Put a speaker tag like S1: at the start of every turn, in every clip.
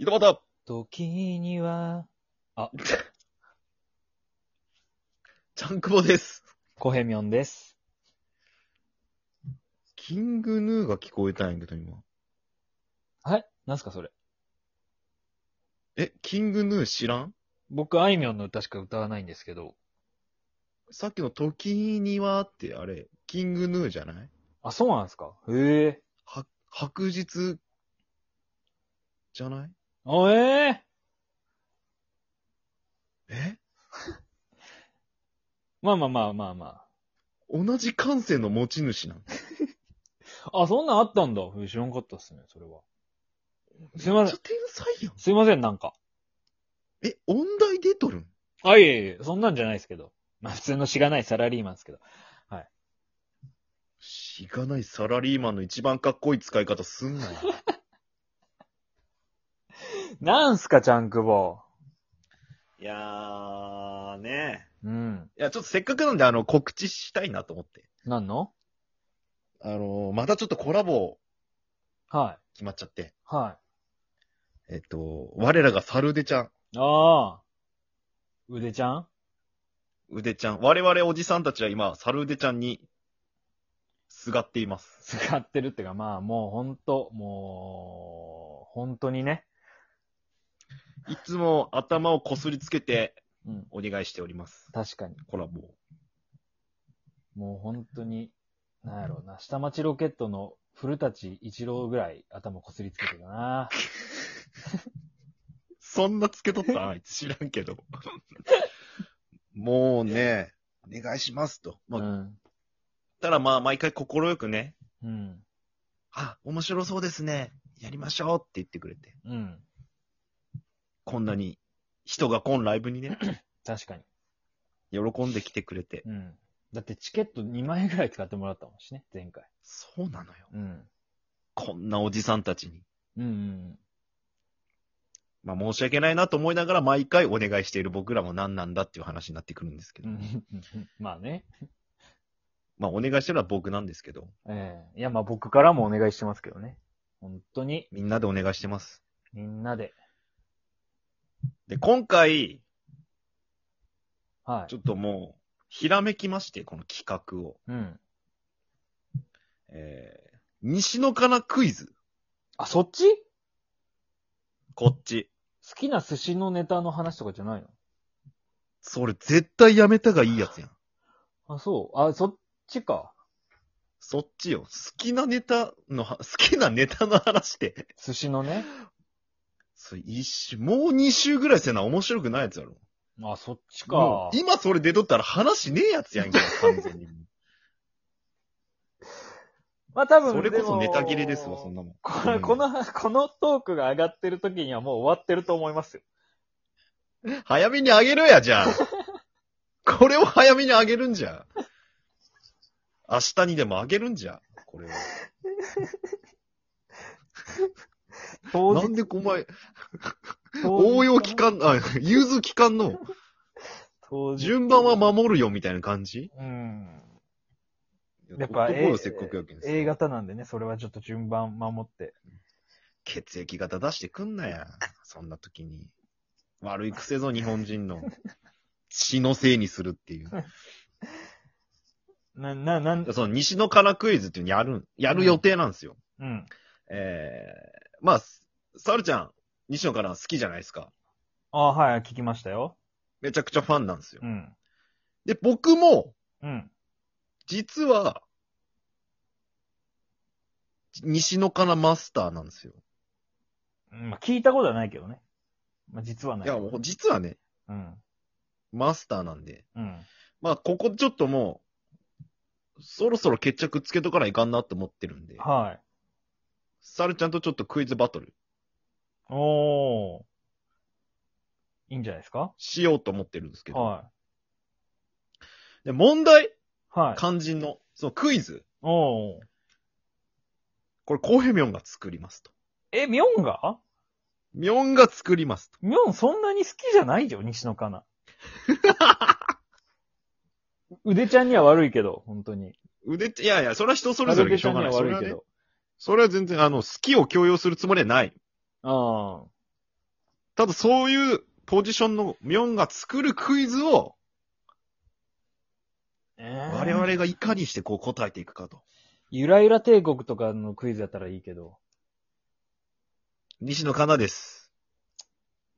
S1: どこだ
S2: 時には、
S1: ちゃんくぼです。
S2: コヘミョンです。
S1: キングヌーが聞こえたんやけど、今。
S2: はいなんすかそれ。
S1: え、キングヌー知らん
S2: 僕、あいみょんの歌しか歌わないんですけど。
S1: さっきの時にはってあれ、キングヌーじゃない
S2: あ、そうなんですかへえ。
S1: は、白日、じゃない
S2: あ、ええ
S1: え
S2: まあまあまあまあま
S1: 同じ感性の持ち主なん
S2: あ。あ、そんなんあったんだ。へえ知らんかったっすね、それは。すいま
S1: めっち
S2: せん
S1: ゃ。天才やん。
S2: すいません、なんか。
S1: え、音大出とるん
S2: あ、いえいえ、そんなんじゃないですけど。まあ、普通のしがないサラリーマンですけど。
S1: しがないサラリーマンの一番かっこいい使い方すんなよ。
S2: なんすか、ちゃんくぼ。
S1: いやー、ね
S2: うん。
S1: いや、ちょっとせっかくなんで、あの、告知したいなと思って。
S2: なんの
S1: あのーまたちょっとコラボ
S2: はい。
S1: 決まっちゃって。
S2: は
S1: えっと、我らがサルデちゃん、
S2: い。ああ。腕ちゃん
S1: ウデちゃん、我々おじさんたちは今、サルデちゃんに、すがっています。
S2: すがってるってか、まあもうほんと、もう、本当にね。
S1: いつも頭をこすりつけて、
S2: うん。
S1: お願いしております。
S2: 確かに。
S1: コラボを。
S2: もう本当に、なんやろうな。下町ロケットの古舘一郎ぐらい頭こすりつけてたな。
S1: そんなつけとったあいつ知らんけど。 もうね、お願いしますと。ま
S2: う
S1: あ、
S2: ん。
S1: ただまあ、毎回心よくね、
S2: うん。
S1: あ、面白そうですね。やりましょうって言ってくれて。
S2: うん。
S1: こんなに、人がこんライブに ね、
S2: 確かに。
S1: 喜んできてくれて。
S2: うん。だってチケット2万円ぐらい使ってもらったもんしね、前回。
S1: そうなのよ。
S2: うん。
S1: こんなおじさんたちに。
S2: うん、うん。
S1: まあ申し訳ないなと思いながら毎回お願いしている僕らも何なんだっていう話になってくるんですけ
S2: う
S1: ど。
S2: ん まあね。
S1: まあお願いしてるのは僕なんですけど、
S2: ええいや、まあ僕からもお願いしてますけどね。本当に、
S1: みんなでお願いしてます。
S2: みんなで。
S1: で、今回、
S2: は
S1: ち
S2: い
S1: ょ。っともう、ひらめきまして、この企画を。
S2: うん。
S1: えー、西野かなクイズ。
S2: あ、そっち
S1: こっち。
S2: 好きな寿司のネタの話とかじゃないの
S1: それ絶対やめたがいいやつやん。
S2: あ、そう。あ、そっちか。
S1: そっちよ。好きなネタのは、好きなネタの話って。
S2: 寿司のね。
S1: それ一週、もう二週ぐらいせな面白くないやつやろ。
S2: あ、そっち
S1: も
S2: か
S1: う。今それ出とったら話ねえやつやんけ、完全に。
S2: まあ多分
S1: それこそネタ切れ
S2: れ
S1: ですわ、そんなもん。
S2: これこの、このトークが上がってる時にはもう終わってると思いますよ。
S1: 早めにあげるや、じ ゃあ。これを早めにあげるんじゃ。明日にでもあげるんじゃ。これを。
S2: 当
S1: な
S2: 日
S1: んでお前、
S2: 当日
S1: 応用期間、あ、融通期間の
S2: 当日
S1: 順番は守るよみたいな感じ
S2: うん。やっぱ、
S1: どこ
S2: え
S1: よ、せっかくやけんさ
S2: A 型なんでね、それはちょっと順番守って。
S1: 血液型出してくんなや。そんな時に。悪い癖ぞ、日本人の。血のせいにするっていう。
S2: な、な、なん、
S1: その西のからクイズっていうのやるん、やる予定なんですよ。
S2: うん。
S1: ええまあ、サルちゃん、西野から好きじゃないですか。
S2: あ、はい、聞きましたよ。
S1: めちゃくちゃファンなんですよ
S2: う。ん。
S1: で、僕も、
S2: うん。
S1: 実は、西野からマスターなんですよ。
S2: うんまあ、聞いたことはないけどね。まあ、実はないい。
S1: や、もう実はね、
S2: うん。
S1: マスターなんで。
S2: うん。
S1: まあ、ここちょっともう、そろそろ決着つけとかないかんなと思ってるんで、
S2: はい。
S1: サルちゃんとちょっとクイズバトル
S2: おー。いいんじゃないですか
S1: しようと思ってるんですけど。
S2: は
S1: で、問題、
S2: い。はい。
S1: 肝心の、そのクイズ、
S2: おー。
S1: これコヘミョンが作りますと。
S2: え、ミョンが
S1: ミョンが作りますと。
S2: ミョンそんなに好きじゃないよ、西野カナ。 腕ちゃんには悪いけど、本当に。
S1: 腕って、いやいや、それは人それぞれでしょうがない。
S2: 腕ちゃんに
S1: そ
S2: は悪
S1: れ
S2: いけ
S1: はね
S2: ど。
S1: それは全然、あの、好きを強要するつもりはない。
S2: ああ。
S1: ただそういうポジションのミョンが作るクイズを、我
S2: 我
S1: 々がいかにしてこう答えていくかと。
S2: ゆらゆら帝国とかのクイズだったらいいけど。
S1: 西野カナです。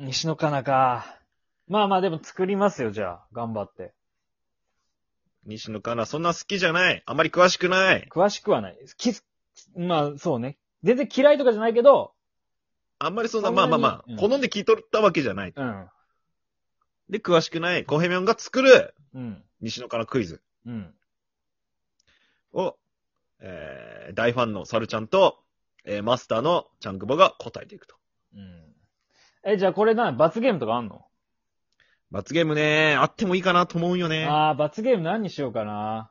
S2: 西野かなか。まあまあでも作りますよ、じゃあ。頑張って。
S1: 西野カナ、そんな好きじゃない。あまり詳しくない。
S2: 詳しくはない。きまあそうね。全然嫌いとかじゃないけど、
S1: あんまりそんな、
S2: そん
S1: ま
S2: な
S1: あ
S2: に
S1: まあまあ、
S2: うん
S1: 好んで聞いとったわけじゃない。
S2: うん。
S1: で、詳しくない。コヘミョンが作る
S2: うん。
S1: 西野カナクイズ
S2: うん。
S1: を、えー、大ファンのサルちゃんと、えー、マスターのチャンクボが答えていくと。
S2: うん。え、じゃあこれな、罰ゲームとかあんの、
S1: 罰ゲームね、あってもいいかなと思うよね。
S2: ああ、罰ゲーム何にしようかな。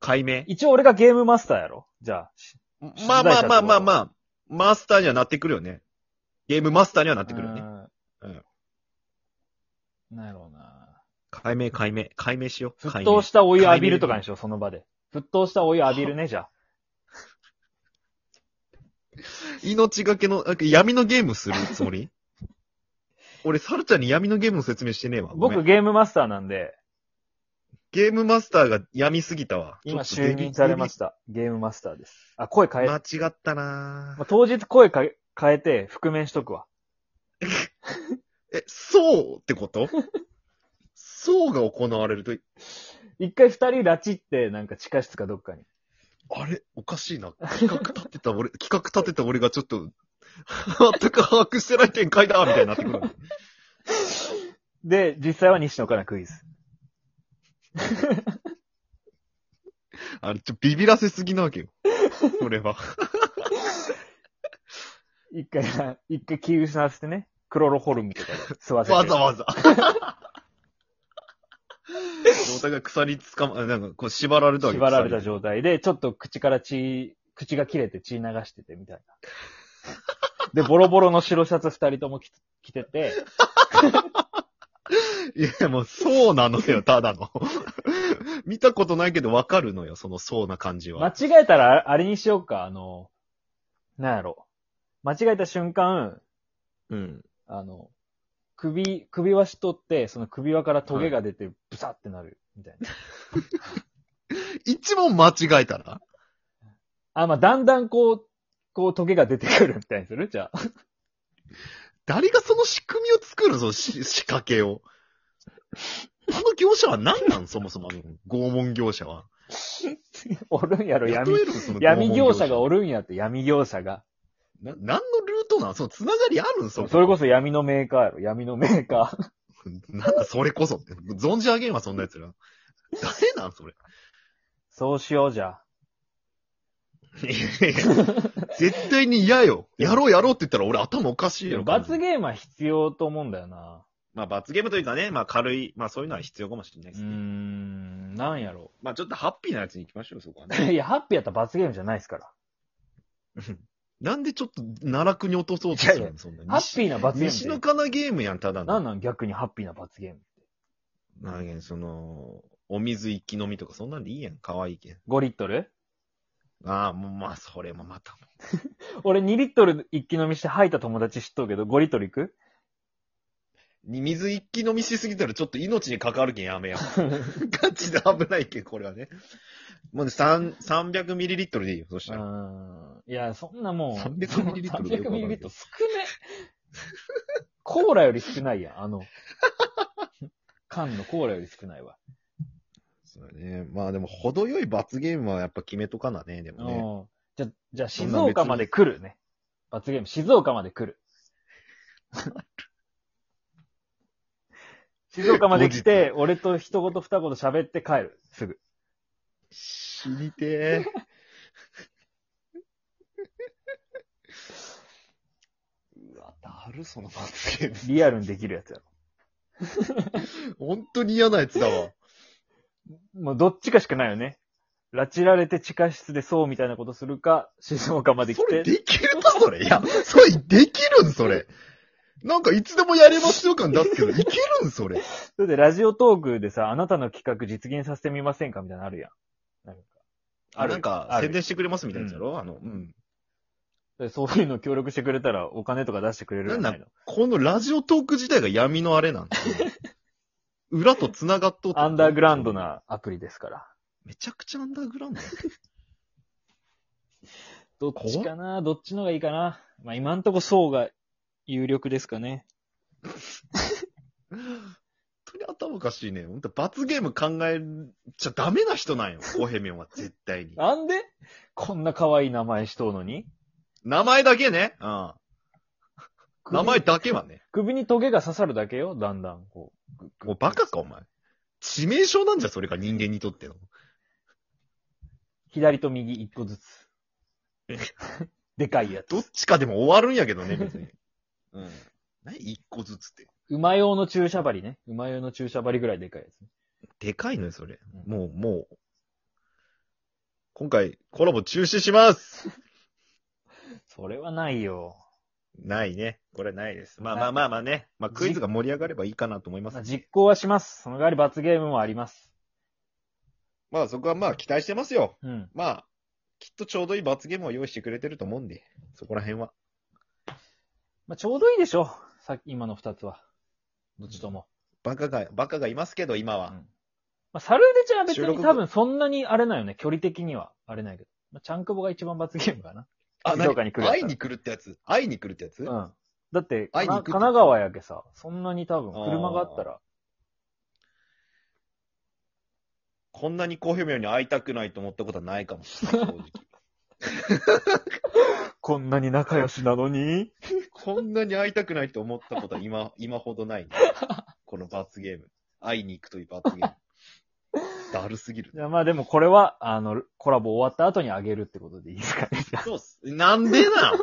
S1: 解明。
S2: 一応俺がゲームマスターやろじゃあ。
S1: まあまあまあまあまあ、マスターにはなってくるよね。ゲームマスターにはなってくるよね。
S2: うん。なんやろうな。
S1: 解明、解明、解明しよう。
S2: 沸騰したお湯浴びるとかにしよう、その場で。沸騰したお湯浴びるね、じゃあ。
S1: 解明命がけの、なんか闇のゲームするつもり 俺、サルちゃんに闇のゲームの説明してねえわ。ごめん
S2: 僕、ゲームマスターなんで、
S1: ゲームマスターが闇すぎたわ。
S2: 今
S1: ちょっと
S2: 就任されました。ゲームマスターです。あ、声変え、
S1: 間違ったな
S2: まあ当日声か変えて、覆面しとくわ。
S1: え、そうってことそうが行われると、
S2: 一回二人拉致って、なんか地下室かどっかに。
S1: あれおかしいな。企画立てた俺、企画立てた俺がちょっと、 全く把握してない展開だみたいになってくる。
S2: で、実際は西野からクイズ。
S1: あれ、ちょ、ビビらせすぎなわ けよ。それは。
S2: 一回、 一回気失わせてね、クロロホルムとかで吸わせて。
S1: わざわ ざ。お互い草につかま、なんかこう縛られたわけ
S2: 縛られた
S1: 鎖
S2: 状態で、ちょっと口から血、口が切れて血流しててみたいな。で、ボロボロの白シャツ二人とも着着てて、
S1: にいや、もうそうなのよ、ただの。 見たことないけどわかるのよ、そのそうな感じ
S2: 間
S1: は。
S2: 違えたらああれにしようか、あの、なんやろ。間違えた瞬間、
S1: うん。
S2: あの、首、首輪しとって、その首輪からトゲが出て、ブサってなる、みたいな。
S1: 一問間違えたら
S2: あ、まあ、だんだんこう、こう、トゲが出てくるみたいにするじゃあ。
S1: 誰がその仕組みを作るぞ、し仕掛けを。あの業者は何なんそもそもあの拷問業者は。
S2: おるんやろ、
S1: 雇
S2: 闇
S1: え。るその
S2: 闇業者がお
S1: る。
S2: るんやって、闇業者が。
S1: な、何のルートなんそのつながりあるんそ
S2: そ
S1: も
S2: れこそ闇のメーカーやろ、闇のメーカ ー。
S1: なんだそれこそって。存じ上げんわ、そんな奴ら。誰なんそれ。
S2: そうしようじゃあ。
S1: いやいや絶対に嫌よ。やろうやろうって言ったら俺頭おかしいよ。
S2: 罰
S1: ム。
S2: ゲームは必要と思うんだよな。
S1: まあ罰ゲームというかね、まあ軽い、まあそういうのは必要かもしれないうで
S2: ー
S1: すね。
S2: ん、なんやろ。
S1: まあちょっとハッピーなやつに行きましょう、そこはね。
S2: いや、ハッピーやったら罰ゲームじゃないですから。
S1: なんでちょっと奈落に落とそうとす
S2: いや
S1: る
S2: い
S1: のそんな
S2: ハッピーな罰ゲ
S1: 西西
S2: ーム
S1: の
S2: って。
S1: かなゲームやん、ただ
S2: なん
S1: の。
S2: なん逆にハッピーな罰ゲーム。
S1: なんやその、お水一気飲みとかそんなんでいいやん、可愛いけん。
S2: 5リットル
S1: ああ、もうまあそれもまた。
S2: 俺2リットル一気飲みして吐いた友達知っとうけど、5リットルいく
S1: に水一気飲みしすぎたらちょっと命に関わるけんやめよう。 ガチで危ないけん、これはね。もうね、三、300ミリリットルでいいよ、そし
S2: う
S1: たら。
S2: ーんいや、そんなもう。
S1: 300ml とかよくわかんないけ
S2: 300ml
S1: ど
S2: 少ね。コーラより少ないやん、あの。缶のコーラより少ないわ。
S1: そうだね。まあでも、程よい罰ゲームはやっぱ決めとかなね、でもね。
S2: うんじゃ、じゃあ
S1: そん
S2: 静
S1: な別に
S2: 岡まで来るね。罰ゲーム、静岡まで来る。 静岡まで来て、俺と一言二言喋って帰る、すぐ。
S1: 死にてー うわ、だる、その罰ゲーム。
S2: リアルにできるやつや
S1: 本当に嫌なやつだわ。
S2: ろ。もうどっちかしかないよね。拉致られて地下室でそうみたいなことするか、静岡まで来
S1: それ
S2: て。
S1: できるかそれいや、それできるんそれ。なんかいつでもやれますよ感出すけど、いけるんそれ。
S2: それでラジオトークでさ、あなたの企画実現させてみませんかみたいなのあるやん。なんか
S1: あ、なんか
S2: あ、る
S1: 宣伝してくれますみたいなやつやろあの、うん。
S2: でそういうの協力してくれたらお金とか出してくれるじゃないの。
S1: このラジオトーク自体が闇のあれなんですよ。 裏と繋がっとった
S2: アンダーグラウンド。なアプリですから。
S1: めちゃくちゃアンダーグラウンドや。
S2: どっちかなどっちのがいいかなまあ今んとこ層が有力ですかね。
S1: 本当に頭おかしいね。本当罰ゲーム考えちゃダメな人なんよ。コヘミョンは絶対に。
S2: なんでこんな可愛い名前しとうのに
S1: 名前だけね。うん。名前だけはね。
S2: 首にトゲが刺さるだけよ、だんだん、こう。ぐ
S1: もうバカか、お前。致命傷なんじゃ、それが人間にとっての。
S2: 左と右一個ずつ。 でかいやつ。
S1: どっちかでも終わるんやけどね、 別に。うん。何一個ずつって。
S2: 馬用の注射針ね。馬用の注射針ぐらいでかいやつね。
S1: でかいのよ、それ。
S2: うん
S1: もう、もう。今回、コラボ中止します
S2: それはないよ。
S1: ないね。これないです。まあまあまあまあね。まあクイズが盛り上がればいいかなと思いま
S2: まあ、
S1: す。
S2: 実行はします。その代わり罰ゲームもあります。
S1: まあそこはまあ期待してますよ。
S2: うん。
S1: まあ、きっとちょうどいい罰ゲームを用意してくれてると思うんで、そこら辺は。
S2: まあ、ちょうどいいでしょ。さっき、今の二つは。どっちとも。
S1: バカが、バカがいますけど、今は。
S2: うんまあ、サルーデちゃんは別
S1: 収
S2: に
S1: 録
S2: 多分そんなにあれなんよね。距離的にはあれないけど。まあ、ちゃんくぼが一番罰ゲームかな。
S1: あ、
S2: 静岡に来るやつ
S1: 会いに来るってやつ会いに来るってやつ、
S2: うん。だって、か
S1: 会いに
S2: な
S1: 行くって
S2: 神奈川やけさ、そんなに多分車があったら、
S1: こんなにコーヒーミョンに会いたくないと思ったことはない かもしれない、正直。
S2: こんなに仲良しなのに
S1: こんなに会いたくないと思ったことは 今、今ほどない、ね。この罰ゲーム。会いに行くという罰 ゲーム。だるすぎる
S2: い。や、まあでもこれは、あの、コラボ終わった後にあげるってことでいいですかね。
S1: そうっす。なんでなん